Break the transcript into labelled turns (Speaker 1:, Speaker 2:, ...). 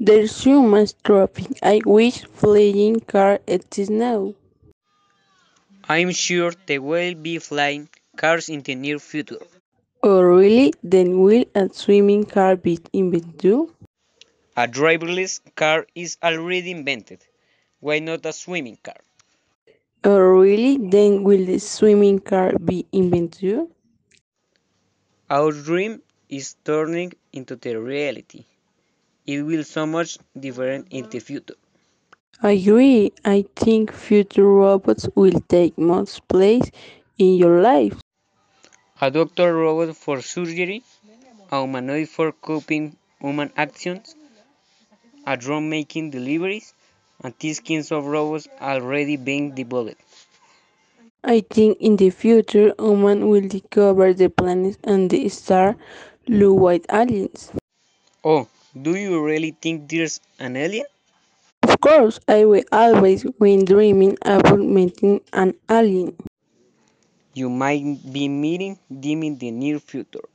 Speaker 1: There's so much dropping. I wish flying car exists now.
Speaker 2: I'm sure there will be flying cars in the near future.
Speaker 1: Oh really? Then will a swimming car be invented too?
Speaker 2: A driverless car is already invented. Why not a swimming car?
Speaker 1: Oh really? Then will the swimming car be invented too?
Speaker 2: Our dream is turning into the reality. It will so much different in the future.
Speaker 1: I agree. I think future robots will take most place in your life.
Speaker 2: A doctor robot for surgery, a humanoid for coping human actions, a drone making deliveries, and these kinds of robots already being developed.
Speaker 1: I think in the future, humans will discover the planets and the star blue white aliens.
Speaker 2: Oh, do you really think there's an alien?
Speaker 1: Of course, I will always when dreaming about meeting an alien.
Speaker 2: You might be meeting them in the near future.